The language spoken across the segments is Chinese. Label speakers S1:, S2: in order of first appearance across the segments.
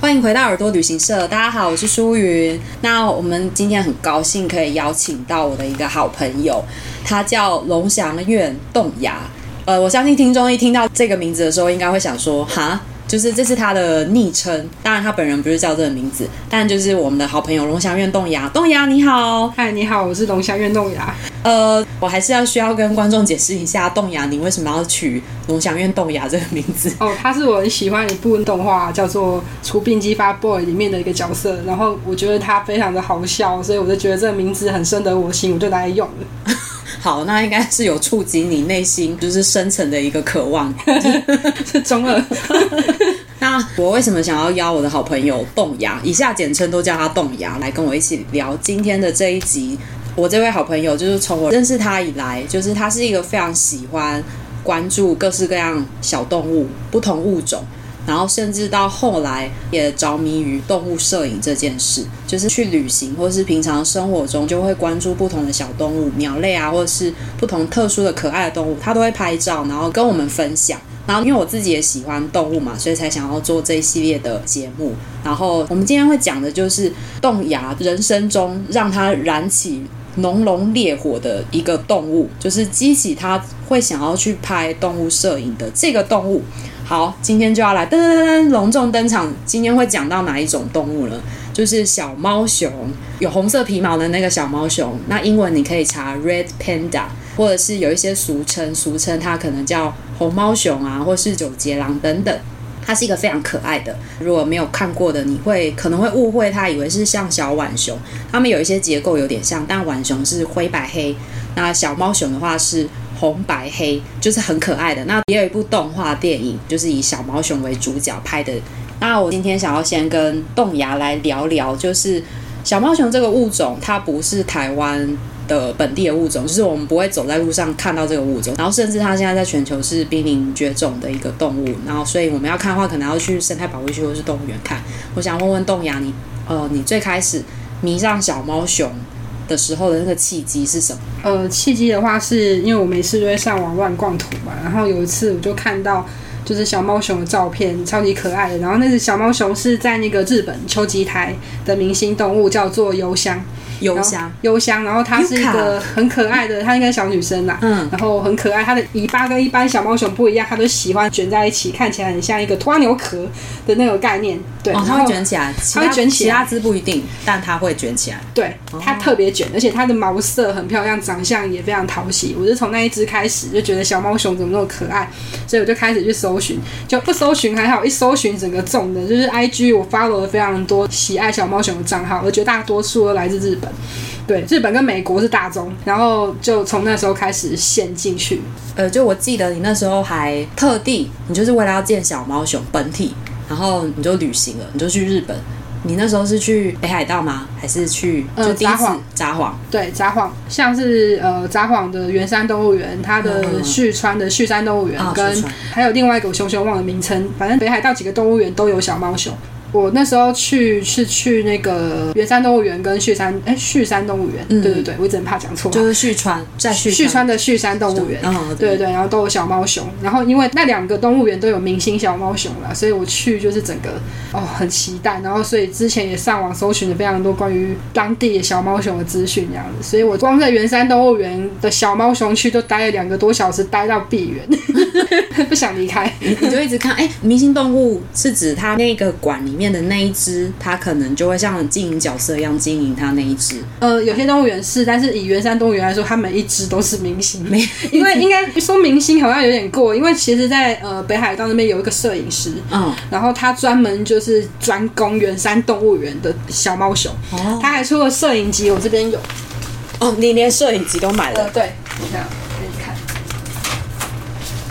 S1: 欢迎回到耳朵旅行社，大家好，我是舒云。那我们今天很高兴可以邀请到我的一个好朋友，他叫龙翔苑栋牙。呃，我相信听众一听到这个名字的时候，应该会想说，哈，就是这是他的昵称。当然，他本人不是叫这个名字，但就是我们的好朋友龙翔苑栋牙。栋牙你好，
S2: 嗨，你好，我是龙翔运动牙。
S1: 呃，我还是要需要跟观众解释一下，栋牙你为什么要取龙翔苑栋牙这个名字？
S2: 哦，他是我很喜欢一部动画，叫做《除病激发 BOY》里面的一个角色，然后我觉得他非常的好笑，所以我就觉得这个名字很深得我心，我就拿来用了。
S1: 好，那应该是有触及你内心就是深层的一个渴望。
S2: 是中二，
S1: 那我为什么想要邀我的好朋友栋牙，以下简称都叫他栋牙，来跟我一起聊今天的这一集？我这位好朋友就是从我认识他以来，就是他是一个非常喜欢关注各式各样小动物、不同物种，然后甚至到后来也着迷于动物摄影这件事，就是去旅行或是平常生活中就会关注不同的小动物、鸟类啊，或者是不同特殊的可爱的动物，他都会拍照，然后跟我们分享。然后因为我自己也喜欢动物嘛，所以才想要做这一系列的节目。然后我们今天会讲的就是动牙人生中让它燃起浓浓烈火的一个动物，就是激起他会想要去拍动物摄影的这个动物。好，今天就要来噔噔噔噔隆重登场。今天会讲到哪一种动物呢？就是小猫熊，有红色皮毛的那个小猫熊。那英文你可以查 red panda，或者是有一些俗称，俗称它可能叫红猫熊啊，或是九节狼等等。它是一个非常可爱的，如果没有看过的，你会可能会误会它，以为是像小浣熊。它们有一些结构有点像，但浣熊是灰白黑，那小猫熊的话是红白黑，就是很可爱的。那也有一部动画电影，就是以小猫熊为主角拍的。那我今天想要先跟栋牙来聊聊，就是小猫熊这个物种，它不是台湾的本地的物种，就是我们不会走在路上看到这个物种。然后甚至它现在在全球是濒临绝种的一个动物，然后所以我们要看的话，可能要去生态保护区或是动物园看。我想问问栋牙，你呃，你最开始迷上小猫熊的时候的那个契机是什么？
S2: 呃，契机的话是因为我每次都会上网乱逛图嘛，然后有一次我就看到就是小猫熊的照片，超级可爱的。然后那只小猫熊是在那个日本秋吉台的明星动物，叫做幽香。
S1: 邮
S2: 然后，幽香，然后它是一个很可爱的，它应该小女生啦，
S1: 嗯，
S2: 然后很可爱，它的尾巴跟一般小猫熊不一样，它都喜欢卷在一起，看起来很像一个蜗牛壳的那个概念，对，
S1: 哦，
S2: 然
S1: 它会
S2: 后
S1: 卷起来，
S2: 它会
S1: 其
S2: 卷起
S1: 其他
S2: 来
S1: 只不一定，但它会卷起来。
S2: 对，它特别卷，而且它的毛色很漂亮，长相也非常讨喜。我是从那一只开始就觉得小猫熊怎么那么可爱，所以我就开始去搜寻，就不搜寻还好，一搜寻整个中的就是 I G 我 follow 了非常多喜爱小猫熊的账号，而绝大多数都来自日本。对，日本跟美国是大宗，然后就从那时候开始陷进去。
S1: 呃，就我记得你那时候还特地，你就是为了要见小猫熊本体，然后你就旅行了，你就去日本。你那时候是去北海道吗？还是去
S2: 呃
S1: 就第一
S2: 札
S1: 次
S2: 幌
S1: 札幌？
S2: 对，札幌像是呃札幌的圆山动物园，它
S1: 嗯嗯
S2: 的
S1: 嗯
S2: 旭川的旭山动物园，
S1: 啊
S2: 跟
S1: 旭川
S2: 还有另外一个我熊熊忘了名称，反正北海道几个动物园都有小猫熊。我那时候去是去那个圆山动物园跟旭山，哎，旭山动物园，
S1: 嗯
S2: 对对对，我一直很怕讲错，
S1: 就是旭川，在旭
S2: 旭川的旭山动物园。
S1: 嗯，
S2: 对对，然后都有小猫熊，然后因为那两个动物园都有明星小猫熊啦，所以我去就是整个哦很期待，然后所以之前也上网搜寻了非常多关于当地的小猫熊的资讯这样子，所以我光在圆山动物园的小猫熊区都待了两个多小时，待到闭园， 不想离开。
S1: 你你就一直看，哎、明星动物是指它那个馆里面的那一只，它可能就会像经营角色一样经营它那一只。
S2: 呃，有些动物园是，但是以圆山动物园来说，它每一只都是明星，
S1: 没
S2: 因为应该说明星好像有点过，因为其实在呃北海道那边有一个摄影师，
S1: 嗯，
S2: 然后他专门就是专攻圆山动物园的小猫熊，
S1: 哦
S2: 他还出了摄影集，我这边有。
S1: 哦，你连摄影机都买
S2: 呃
S1: 了，，
S2: 对，你看，给你看。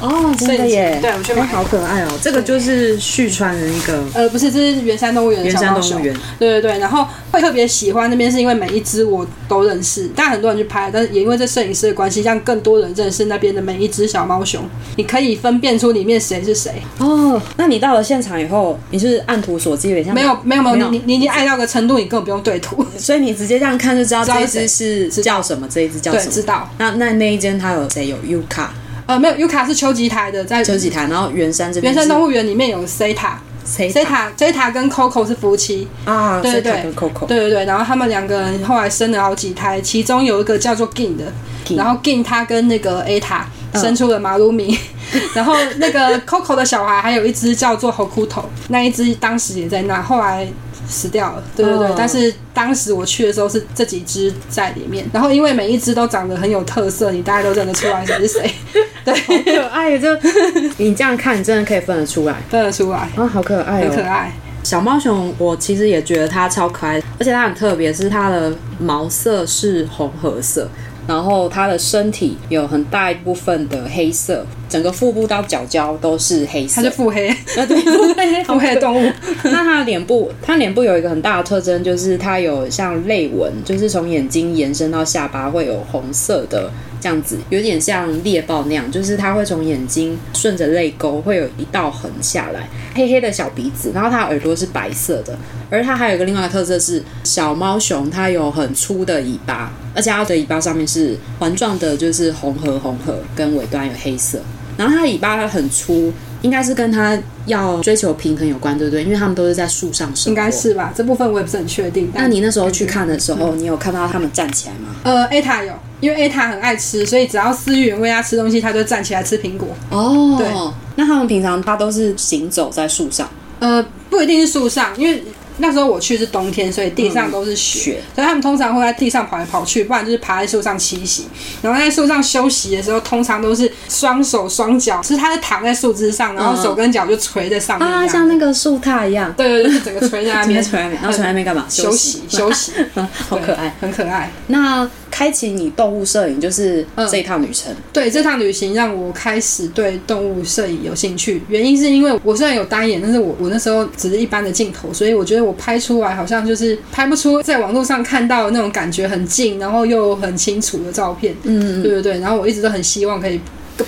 S1: 哦，真的耶，
S2: 对我去买
S1: 哎好可爱哦，这个就是旭川的一个
S2: 呃，不是，这是圆山动物园的
S1: 圆
S2: 小
S1: 山
S2: 猫
S1: 动
S2: 熊
S1: 物。园。
S2: 对对对，然后会特别喜欢那边是因为每一只我都认识，但很多人去拍，但是也因为这摄影师的关系，让更多人认识那边的每一只小猫熊。你可以分辨出里面谁是谁。
S1: 哦，那你到了现场以后，你是按图索骥，有点像
S2: 没有没有没
S1: 没
S2: 有，
S1: 有
S2: 你你你已经爱到个程度，你根本不用对图。
S1: 所以你直接这样看就知道
S2: 知道
S1: 这一
S2: 是
S1: 只是叫什么，这一只叫
S2: 对，
S1: 什
S2: 知
S1: 么。
S2: 道。
S1: 那那那一间它有谁有 U 卡
S2: 呃，没有，尤卡是丘吉台的，在
S1: 丘吉台，然后圆山这边
S2: 原
S1: 是
S2: 生动物园里面有 Seta，
S1: 谁
S2: 这塔这塔跟 Coco 是夫妻，
S1: 啊？
S2: 对对
S1: Zeta 跟 Coco，
S2: 对对对，然后他们两个人后来生了好几胎，其中有一个叫做 Gin 的
S1: Gin
S2: 然后 Gin 他跟那个 A 塔
S1: 嗯
S2: 生出了马鲁米， 然后那个 Coco 的小孩还有一只叫做 Hokuto，那一只当时也在那，后来。死掉了，对对对
S1: 哦
S2: 但是当时我去的时候是这几只在里面，然后因为每一只都长得很有特色，你大概都认得出来谁是谁，
S1: 好可爱，这 你这样看，你真的可以分得出来
S2: 认得出来，
S1: 啊，好可爱
S2: 很
S1: 哦
S2: 可。爱。
S1: 小猫熊，我其实也觉得它超可爱，而且它很特别，是它的毛色是红褐色，然后它的身体有很大一部分的黑色，整个腹部到脚脚都是黑色。
S2: 它是腹黑，
S1: 啊， 对，腹黑
S2: 腹黑动物。
S1: 那它的脸部，它脸部有一个很大的特征，就是它有像泪纹，就是从眼睛延伸到下巴会有红色的这样子，有点像猎豹那样，就是它会从眼睛顺着泪沟会有一道痕下来，黑黑的小鼻子，然后它的耳朵是白色的，而它还有一个另外的特色是小猫熊，它有很粗的尾巴，而且它的尾巴上面是环状的，就是红褐红褐，跟尾端有黑色。然后它的尾巴很粗，应该是跟它要追求平衡有关，对不对？因为它们都是在树上生活。
S2: 应该。是吧？这部分我也不是很确定。但
S1: 那你那时候去看的时候，你有看到它们站起来吗？
S2: 呃，A 塔有，因为 A 塔很爱吃，所以只要思雨喂它吃东西，它就站起来吃苹果。
S1: 哦
S2: 对。
S1: 那它们平常它都是行走在树上，
S2: 呃，不一定是树上，因为那时候我去是冬天，所以地上都是雪，
S1: 嗯雪
S2: 所以他们通常会在地上跑来跑去，不然就是爬在树上栖息。然后在树上休息的时候，通常都是双手双脚，就是它是躺在树枝上，然后手跟脚就垂在上面这
S1: 嗯
S2: 样。
S1: 啊，像那个树榻一样。
S2: 对对对，就整个 垂在那
S1: 垂在
S2: 边
S1: 垂在那边，然后垂在那边干嘛？
S2: 休息休息，
S1: 息， 好可爱
S2: 对。，很可爱。
S1: 那开启你动物摄影就是
S2: 嗯
S1: 这一趟旅程，
S2: 对这趟旅行让我开始对动物摄影有兴趣，原因是因为我虽然有单眼，但是我我那时候只是一般的镜头，所以我觉得我拍出来好像就是拍不出在网络上看到的那种感觉很近，然后又很清楚的照片。
S1: 嗯，
S2: 对对对，然后我一直都很希望可以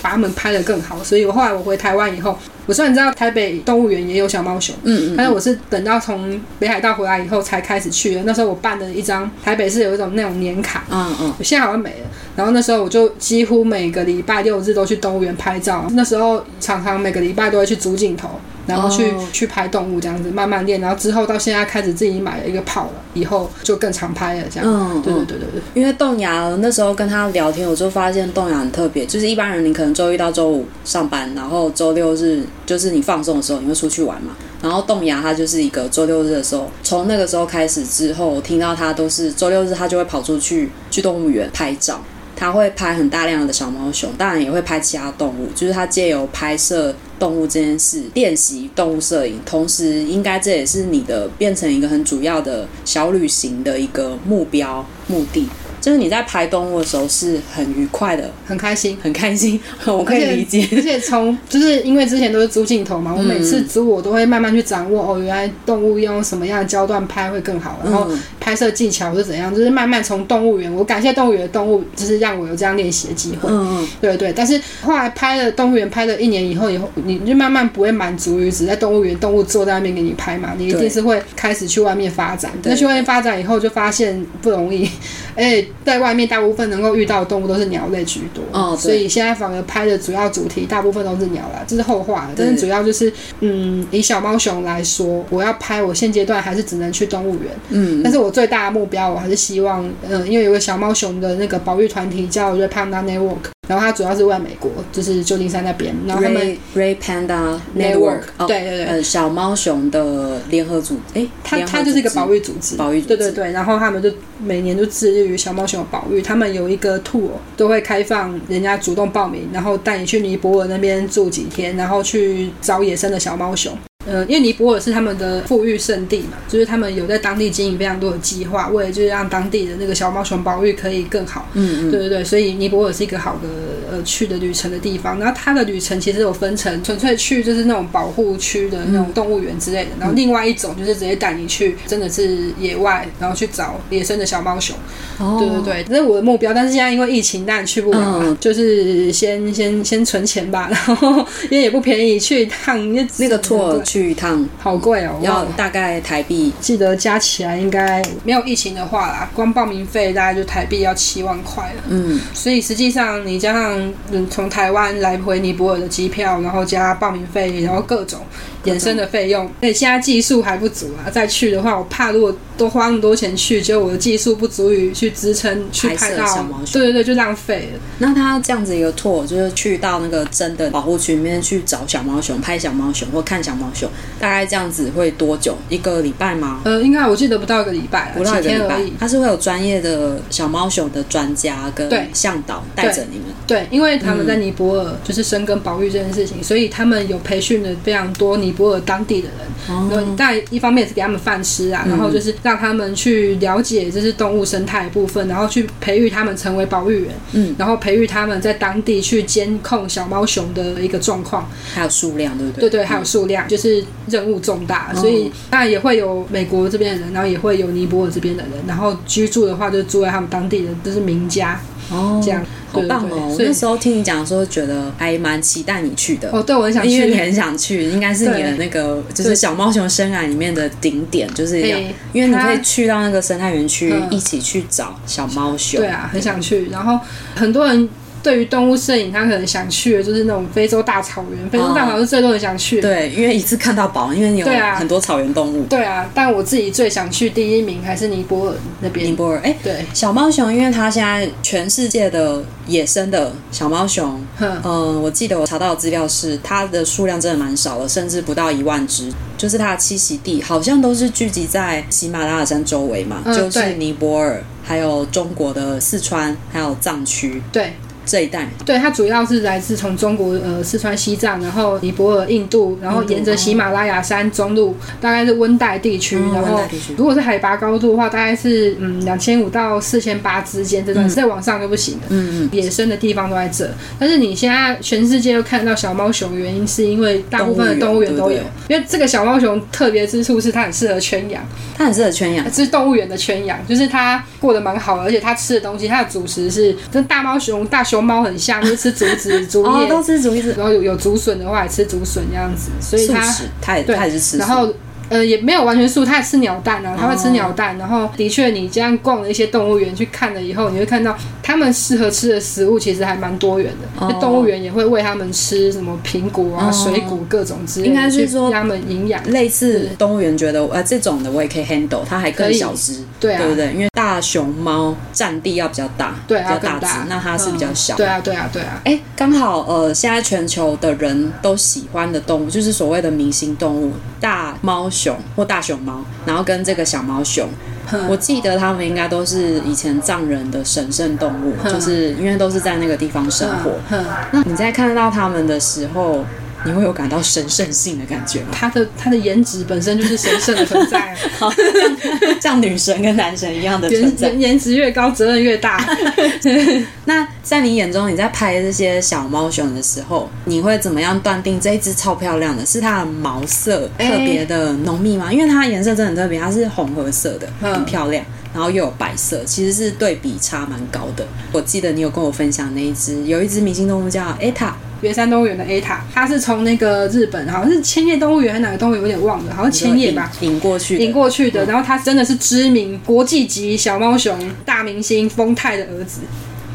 S2: 把它们拍得更好，所以我后来我回台湾以后，我虽然知道台北动物园也有小猫熊，
S1: 嗯嗯
S2: 但是我是等到从北海道回来以后才开始去的。那时候我办了一张台北是有一种那种年卡，
S1: 嗯嗯，
S2: 我现在好像没了。然后那时候我就几乎每个礼拜六日都去动物园拍照，那时候常常每个礼拜都会去租镜头，然后去、
S1: 哦
S2: 去拍动物这样子，慢慢练。然后之后到现在开始自己买了一个炮了，以后就更常拍了这样。
S1: 嗯
S2: 对对
S1: 嗯
S2: 对对对，
S1: 因为栋牙那时候跟他聊天，我就发现栋牙很特别，就是一般人你可能周一到周五上班，然后周六日就是你放松的时候，你会出去玩嘛。然后栋牙他就是一个周六日的时候，从那个时候开始之后，我听到他都是周六日他就会跑出去去动物园拍照。他会拍很大量的小猫熊，当然也会拍其他动物，就是他借由拍摄动物这件事练习动物摄影，同时应该这也是你的变成一个很主要的小旅行的一个目标目的，就是你在拍动物的时候是很愉快的，
S2: 很开心。
S1: 很开心， 我可以理解。
S2: 而且从就是因为之前都是租镜头嘛，我每次租我都会慢慢去掌握哦，原来动物用什么样的焦段拍会更好，然后
S1: 嗯
S2: 拍摄技巧是怎样，就是慢慢从动物园，我感谢动物园的动物，就是让我有这样练习的机会。
S1: 嗯嗯，
S2: 对对，但是后来拍了动物园，拍了一年以后，以后你就慢慢不会满足于只在动物园动物坐在那边给你拍嘛，你一定
S1: 对
S2: 是会开始去外面发展。
S1: 对
S2: 那去外面发展以后，就发现不容易， 而且在外面大部分能够遇到的动物都是鸟类居多，
S1: 哦对
S2: 所以现在反而拍的主要主题大部分都是鸟啦，这是后话了。但是
S1: 对
S2: 主要就是，嗯，以小猫熊来说，我要拍，我现阶段还是只能去动物园，
S1: 嗯，
S2: 但是我最大的目标，我还是希望，嗯、因为有个小猫熊的那个保育团体叫 Red Panda Network，然后它主要是在美国，就是旧金山那边，然后他们
S1: Ray Ray Panda
S2: Network，
S1: Network，哦
S2: 对对对
S1: 呃，小猫熊的联合组，诶，
S2: 它
S1: 联合
S2: 它就是一个
S1: 组织
S2: 保育组织，
S1: 保育组
S2: 对
S1: 织，
S2: 对对，然后他们就每年就致力于小猫熊的保育，他们有一个 tour 都会开放人家主动报名，然后带你去尼泊尔那边住几天，然后去找野生的小猫熊。呃，因为尼泊尔是他们的富裕圣地嘛，就是他们有在当地经营非常多的计划，为了就是让当地的那个小猫熊保育可以更好。
S1: 嗯嗯，
S2: 对对对，所以尼泊尔是一个好的呃去的旅程的地方。然后它的旅程其实有分成，纯粹去就是那种保护区的那种动物园之类的，
S1: 嗯
S2: 然后另外一种就是直接带你去真的是野外，然后去找野生的小猫熊。
S1: 哦
S2: 对对对，这是我的目标。但是现在因为疫情，当然去不啊了嘛，
S1: 嗯
S2: 就是先先先存钱吧，然后因为也不便宜，去一趟那
S1: 那个 tour
S2: 对
S1: 去一趟，
S2: 好贵哦，我忘
S1: 要
S2: 了
S1: 大概台币
S2: 记得加起来应该没有疫情的话啦，光报名费大概就台币要七万块了。
S1: 嗯，
S2: 所以实际上你加上嗯从台湾来回尼泊尔的机票，然后加报名费，然后各种衍生的费
S1: 嗯
S2: 用，而且现在技术还不足啊。再去的话，我怕如果多花那么多钱去，结果我的技术不足以去支撑去
S1: 拍
S2: 拍
S1: 摄
S2: 到
S1: 小毛，熊
S2: 对对对，就浪费了。
S1: 那他这样子一个 tour，就是去到那个真的保护区里面去找小猫熊、拍小猫熊或看小猫熊，大概这样子会多久？一个礼拜吗？
S2: 呃，应该我记得不到一个礼拜
S1: 不
S2: 了，
S1: 到
S2: 几
S1: 一个礼
S2: 啊天而
S1: 拜
S2: 已。，
S1: 他是会有专业的小猫熊的专家
S2: 对
S1: 跟向导带着你们。
S2: 对，因为他
S1: 嗯
S2: 们在尼泊尔就是深耕保育这件事情，所以他们有培训了非常多尼泊尔当地的人。
S1: 哦
S2: 然后但一方面也是给他们饭吃
S1: 嗯
S2: 啊，然后就是让他们去了解这是动物生态的部分，然后去培育他们成为保育员，
S1: 嗯，
S2: 然后培育他们在当地去监控小猫熊的一个状况。
S1: 还有数量，对不嗯
S2: 对
S1: 对？
S2: 对，还有数量，就是任务重大，
S1: 哦
S2: 所以当然也会有美国这边的人，然后也会有尼泊尔这边的人，然后居住的话就住在他们当地的就是名家
S1: 哦，
S2: 这样。
S1: 好棒
S2: 对对
S1: 哦！
S2: 对
S1: 我
S2: 所以
S1: 那时候听你讲说，觉得还蛮期待你去的。
S2: 哦，对，我很想去，
S1: 因为你很想去，应该是你的那个就是小猫熊生涯里面的顶点，就是要
S2: 对，
S1: 因为你
S2: 它
S1: 可以去到那个生态园区
S2: 嗯
S1: 一起去找小猫熊。
S2: 对啊，很想去。然后很多人对于动物摄影，他可能想去的就是那种非洲大草原，非洲大草原是最多人想去的。
S1: 对，因为一次看到饱，因为你有
S2: 对啊
S1: 很多草原动物。
S2: 对啊，但我自己最想去第一名还是尼泊尔那
S1: 尼
S2: 边。
S1: 泊尔，哎、
S2: 对，
S1: 小猫熊，因为它现在全世界的野生的小猫熊，
S2: 哼，
S1: 嗯，我记得我查到的资料是它的数量真的蛮少的，甚至不到一万只。就是它的栖息地好像都是聚集在喜马拉雅山周围嘛，
S2: 嗯
S1: 就是
S2: 对
S1: 尼泊尔，还有中国的四川，还有藏区
S2: 对
S1: 这一带。
S2: 对，它主要是来自从中国呃四川、西藏，然后尼泊尔、印度，然后
S1: 印度哦
S2: 沿着喜马拉雅山中路，大概是温带地区，
S1: 嗯
S2: 然
S1: 温
S2: 后
S1: 带地区
S2: 如果是海拔高度的话，大概是嗯两千五到四千八之间这段，再往上就不行了。
S1: 嗯
S2: 野生的地方都在这，但是你现在全世界都看到小猫熊，的原因是因为大部分的动物园都
S1: 动物
S2: 有
S1: 园对，
S2: 因为这个小猫熊特别之处是它很适合圈养，
S1: 嗯，它很适合圈养
S2: 它。是动物园的圈养，就是它过得蛮好的，而且它吃的东西，它的主食是跟大猫熊、大熊猫很像，就是吃竹子、竹
S1: 哦，
S2: 叶，
S1: 都是主一只
S2: 然后有有竹笋的话也吃竹笋这样子，所以
S1: 素
S2: 它
S1: 食，它也
S2: 对
S1: 它也是吃素。
S2: 然后呃也没有完全素，它也吃鸟蛋啊，它会吃鸟
S1: 哦
S2: 蛋。然后的确，你这样逛了一些动物园去看了以后，你会看到他们适合吃的食物其实还蛮多元的。
S1: 哦
S2: 就动物园也会喂他们吃什么苹果啊、
S1: 哦
S2: 水果各种之类的，
S1: 应该是说
S2: 去让他们营养。
S1: 类似动物园觉得呃这种的我也可以 handle，它还更小只，
S2: 对啊
S1: 对不对？因为大熊猫占地要比较大，
S2: 对
S1: 比
S2: 啊，
S1: 较
S2: 更
S1: 只
S2: 大，，
S1: 那它是比较小
S2: 嗯。对啊，对啊，对啊。
S1: 哎，刚好呃，现在全球的人都喜欢的动物，就是所谓的明星动物，大猫熊或大熊猫，然后跟这个小猫熊。
S2: 嗯
S1: 我记得他们应该都是以前藏人的神圣动物，就是因为都是在那个地方生活。
S2: 嗯，嗯
S1: 那你在看到他们的时候，你会有感到神圣性的感觉吗？
S2: 它的它的颜值本身就是神圣的存在啊，
S1: 好，像女神跟男神一样的
S2: 颜
S1: 存在。
S2: 颜颜值越高，责任越大。
S1: 那在你眼中，你在拍这些小猫熊的时候，你会怎么样断定这一只超漂亮的？是它的毛色
S2: 哎
S1: 特别的浓密吗？因为它的颜色真的很特别，它是红褐色的，
S2: 嗯
S1: 很漂亮，然后又有白色，其实是对比差蛮高的。我记得你有跟我分享那一只，有一只明星动物叫 ETA，
S2: 圆山动物园的 A 塔，它是从那个日本，好像是千叶动物园还是哪个动物园，有点忘了，好像千叶吧。
S1: 引，引过去的，
S2: 引过去的，然后它真的是知名国际级小猫熊大明星丰泰的儿子，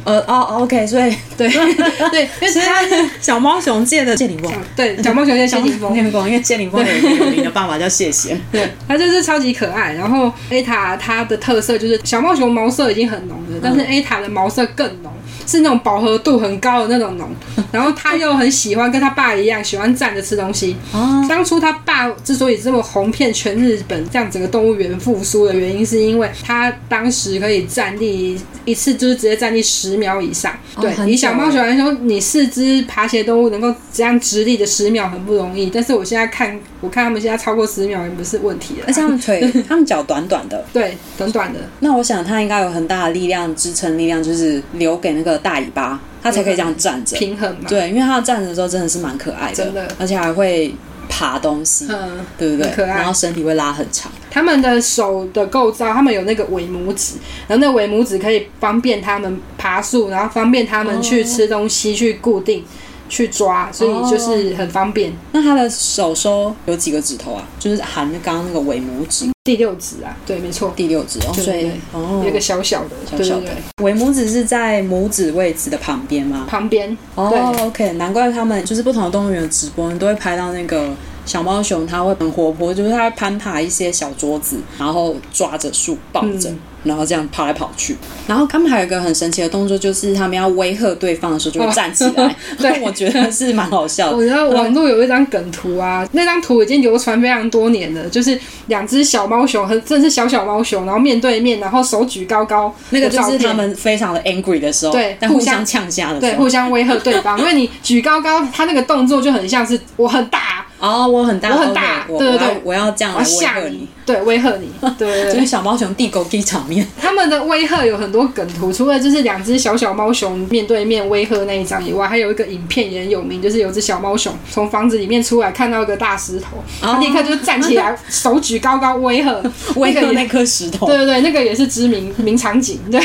S1: 呃哦，OK，所以
S2: 对对，因为
S1: 所以
S2: 他
S1: 它是小猫熊界的谢霆锋。
S2: 对小猫熊叫谢霆 锋，
S1: 霆锋，因为谢 霆锋有一个有名的爸爸叫谢贤。
S2: 对，它就是超级可爱。然后 A 塔它的特色就是小猫熊毛色已经很浓了，但是 A 塔的毛色更浓，是那种饱和度很高的那种浓。然后它又很喜欢跟它爸一样喜欢站着吃东西。
S1: 哦
S2: 当初他爸之所以这么红遍全日本，这样整个动物园复苏的原因，是因为他当时可以站立一次，就是直接站立十秒以上。
S1: 哦很久
S2: 对，以小猫熊来说，你四肢爬行动物能够这样直立的十秒很不容易，但是我现在看，我看他们现在超过十秒也不是问题了。
S1: 而且他们腿， 他们脚短短的，
S2: 对，短短的，
S1: 那我想他应该有很大的力量支撑力量，就是留给那个大尾巴，他才可以这样站着。
S2: 平衡嘛。，
S1: 对，因为他站着的时候真的是蛮可爱的，
S2: 嗯真的
S1: 而且还会爬东西，
S2: 嗯，
S1: 对不对？
S2: 很可爱
S1: 然后身体会拉很长，
S2: 他们的手的构造，他们有那个尾拇指，然后那尾拇指可以方便他们爬树，然后方便他们去吃东西、去固定。去抓，所以就是很方便。
S1: 那它的手收有几个指头啊？就是含刚刚那个尾拇指，
S2: 第六指啊，对，没错，
S1: 第六指哦，
S2: 对
S1: 所以
S2: 对
S1: 哦
S2: 有一，个小小的，
S1: 小小
S2: 对
S1: 的
S2: 对对，
S1: 尾拇指是在拇指位置的旁边吗？
S2: 旁边，
S1: 哦
S2: 对
S1: ，OK，难怪他们就是不同的动物园的直播，你都会拍到那个小猫熊，它会很活泼，就是它会攀爬一些小桌子，然后抓着树抱着。
S2: 嗯
S1: 然后这样跑来跑去，然后他们还有一个很神奇的动作，就是他们要威吓对方的时候就会站起 来。
S2: 对
S1: 我觉得是蛮好笑的。
S2: 我知道网络有一张梗图啊，那张图已经流传非常多年了，就是两只小猫熊，很真的是小小猫熊，然后面对面，然后手举高高，
S1: 那个就是他
S2: 们。
S1: 们非常的 angry 的时候，
S2: 对
S1: 但互
S2: 互
S1: 相
S2: 相
S1: 呛虾的时
S2: 对，
S1: 候
S2: 互。相威吓对方，因为你举高高，他那个动作就很像是我很大，
S1: 哦，我很大，
S2: 我很大
S1: OK，我
S2: 对对
S1: 我要
S2: 对
S1: 我要这样
S2: 我
S1: 来
S2: 要
S1: 啊威吓
S2: 吓
S1: 你
S2: 你，，对，威吓你，对 对
S1: 就是
S2: 对。
S1: 小猫熊地狗地场面。
S2: 他们的威吓有很多梗图，除了就是两只小小猫熊面对面威吓那一张以外，还有一个影片也很有名，就是有只小猫熊从房子里面出来，看到一个大石头，
S1: 哦
S2: 它立刻就站 起来，手举高高威吓，
S1: 威
S2: 那
S1: 吓
S2: 个
S1: 那
S2: 也。
S1: 颗石头，
S2: 对对对，那个也是知名名场景，对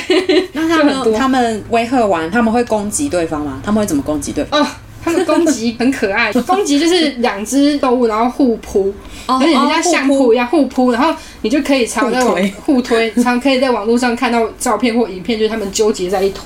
S1: 那他
S2: 就很
S1: 们
S2: 多
S1: 他们威吓完，他们会攻击对方吗？他们会怎么攻击对方？
S2: 哦，他们攻击很可爱，攻击就是两只动物然后互扑，
S1: 哦
S2: 有点像相扑一样互扑，然后你就可以常在
S1: 互
S2: 网
S1: 推
S2: 互推，常可以在网络上看到照片或影片，就是他们纠结在一团。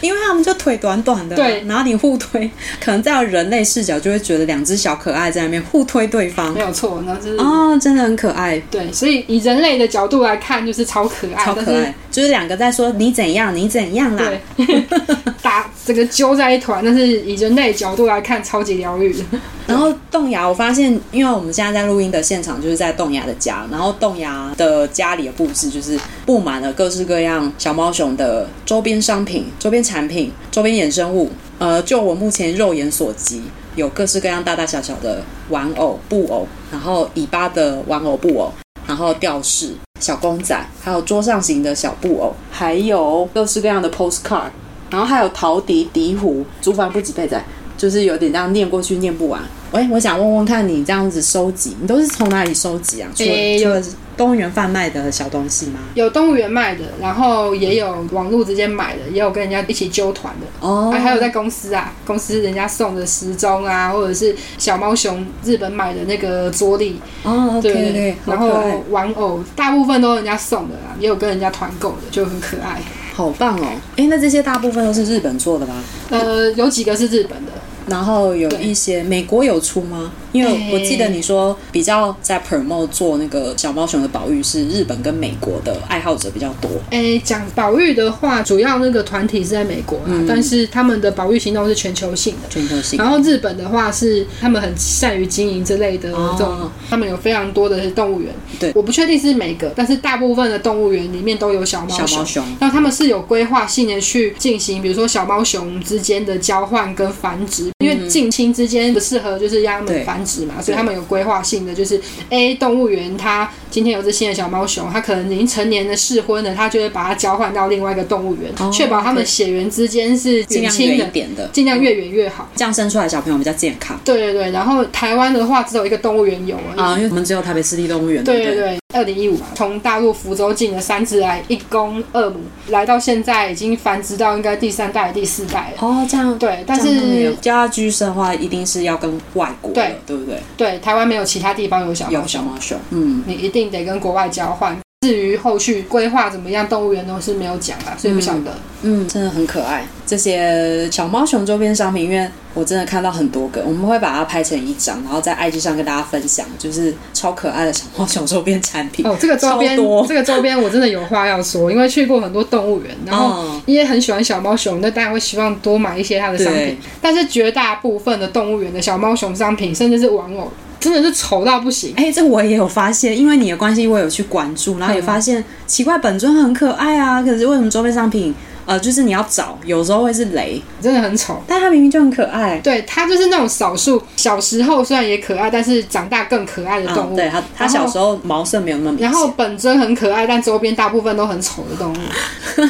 S1: 因为他们就腿短短的，
S2: 对
S1: 然后你互推，可能在人类视角就会觉得两只小可爱在那边互推对方
S2: 没，有错，然后就是、
S1: 哦，真的很可爱，
S2: 对，所以以人类的角度来看，就是超哎可爱，
S1: 超
S2: 但
S1: 可
S2: 是
S1: 爱，就是两个在说你怎样，你怎样啦，
S2: 对， 打整个揪在一团，但是以人类角度来看，超级疗愈的。
S1: 然后栋牙，我发现，因为我们现在在录音的现场就是在栋牙的家，然后栋牙的家里的布置就是布满了各式各样小猫熊的周边商品、周边产品、周边衍生物。呃，就我目前肉眼所及，有各式各样大大小小的玩偶、布偶，然后尾巴的玩偶、布偶，然后吊饰、小公仔，还有桌上型的小布偶，还有各式各样的 postcard，然后还有陶笛、笛壶、竹筏不及备载，就是有点这样念过去念不完。喂、我想问问看你这样子收集，你都是从哪里收集啊？除了、
S2: 诶
S1: 除了动物园贩卖的小东西吗？
S2: 有动物园卖的，然后也有网络直接买的，也有跟人家一起揪团的。
S1: 哦
S2: 啊，还有在公司啊，公司人家送的时钟啊，或者是小猫熊日本买的那个桌历，
S1: 哦，
S2: 对
S1: OK，对对，
S2: 然
S1: 好可爱
S2: 后玩偶大部分都人家送的啦，也有跟人家团购的，就很可爱。
S1: 好棒哦！哎，那这些大部分都是日本做的吗？
S2: 呃，有几个是日本的，
S1: 然后有一些美国有出吗？因为
S2: 诶
S1: 我记得你说比较在 promote 做那个小猫熊的保育是日本跟美国的爱好者比较多。
S2: 诶，讲保育的话，主要那个团体是在美国啦，
S1: 嗯
S2: 但是他们的保育行动是全球性的。
S1: 全球性
S2: 然后日本的话是他们很善于经营这类的
S1: 哦
S2: 这种，他们有非常多的动物园。
S1: 对
S2: 我不确定是每个，但是大部分的动物园里面都有小猫
S1: 小猫
S2: 熊。
S1: 熊，
S2: 那他们是有规划性的去进行，比如说小猫熊之间的交换跟繁殖，因为近亲之间不适合就是让它
S1: 嗯对
S2: 们繁殖嘛，所以他们有规划性的，就是 A 动物园它今天有这新的小猫熊，它可能已经成年的适婚了，它就会把它交换到另外一个动物园
S1: 哦，
S2: 确保它们
S1: 对
S2: 血缘之间是
S1: 尽
S2: 远
S1: 量
S2: 亲
S1: 远一
S2: 的，
S1: 点的，
S2: 尽量越远越好。
S1: 这样生出来的小朋友比较健康
S2: 对对对，然后台湾的话只有一个动物园有而已。
S1: 啊，因为我们只有台北市立动物园，
S2: 嗯对
S1: 不
S2: 对对，二零一五嘛，从大陆福州进了三只来，一公二母，来到现在已经繁殖到应该第三代、第四代了。
S1: 哦，这样。
S2: 对，但
S1: 这样他们有
S2: 是
S1: 家居生的话，一定是要跟外国的
S2: 对，
S1: 对不对？
S2: 对台湾没有其他地方有小
S1: 有
S2: 猫
S1: 小
S2: 熊，
S1: 猫熊，嗯，
S2: 你一定得跟国外交换。至于后续规划怎么样，动物园都是没有讲啊啦，所以不晓得。
S1: 嗯，真的很可爱。这些小猫熊周边商品，因为我真的看到很多个，我们会把它拍成一张，然后在 IG 上跟大家分享，就是超可爱的小猫熊周边产品。
S2: 哦，这个周边
S1: 超多，
S2: 这个周边我真的有话要说，因为去过很多动物园，然后
S1: 嗯，
S2: 因为很喜欢小猫熊，那当然会希望多买一些它的商
S1: 对
S2: 品。，但是绝大部分的动物园的小猫熊商品，甚至是玩偶，真的是丑到不行。
S1: 哎、这我也有发现，因为你的关系，我有去关注，
S2: 嗯
S1: 然后也发现、奇怪，本尊很可爱啊，可是为什么周边商品，呃，就是你要找，有时候会是雷，
S2: 真的很丑。
S1: 但它明明就很可爱。
S2: 对，它就是那种少数小时候虽然也可爱，但是长大更可爱的动
S1: 嗯，
S2: 物。
S1: 对它，它
S2: 然后
S1: 小时候毛色没有那么明显。
S2: 然后本尊很可爱，但周边大部分都很丑的动物，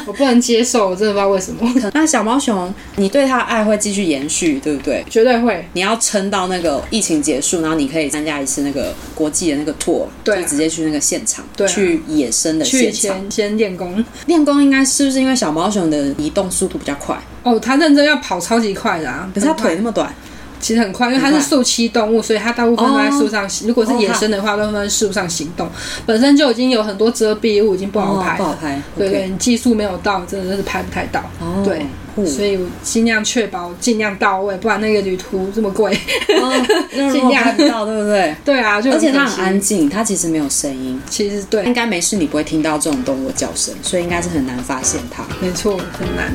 S2: 我不能接受，我真的不知道为什么，
S1: 那小猫熊，你对它的爱会继续延续，对不对？
S2: 绝对会。
S1: 你要撑到那个疫情结束，然后你可以参加一次那个国际的那个 tour，
S2: 对啊
S1: 就直接去那个现场，
S2: 对啊
S1: 去野生的
S2: 去以
S1: 现场。
S2: 前先练功
S1: 练功应该是不是因为小猫熊的移动速度比较快，
S2: 哦，它认真要跑超级快的啊，
S1: 可是它腿那么短，
S2: 其实很快，因为它是
S1: 很快
S2: 树栖动物，所以它大部分都在树上。如果是野生的话，大部分在树上行动，本身就已经有很多遮蔽物，已经不好
S1: 哦
S2: 拍
S1: 不好
S2: 了。
S1: 拍。
S2: 对
S1: OK
S2: 对，你技术没有到，真的是拍不太到。
S1: 哦，
S2: 对
S1: 酷，
S2: 所以我尽量确保尽量到位，不然那个旅途这么贵。
S1: 哦那如
S2: 尽
S1: 果
S2: 量
S1: 拍不到，对不对？
S2: 对啊，就
S1: 而且它
S2: 可惜
S1: 很安静，它其实没有声音，
S2: 其实对
S1: 应，该没事，你不会听到这种动物的叫声，所以应该是很难发现它。
S2: 没错，很难。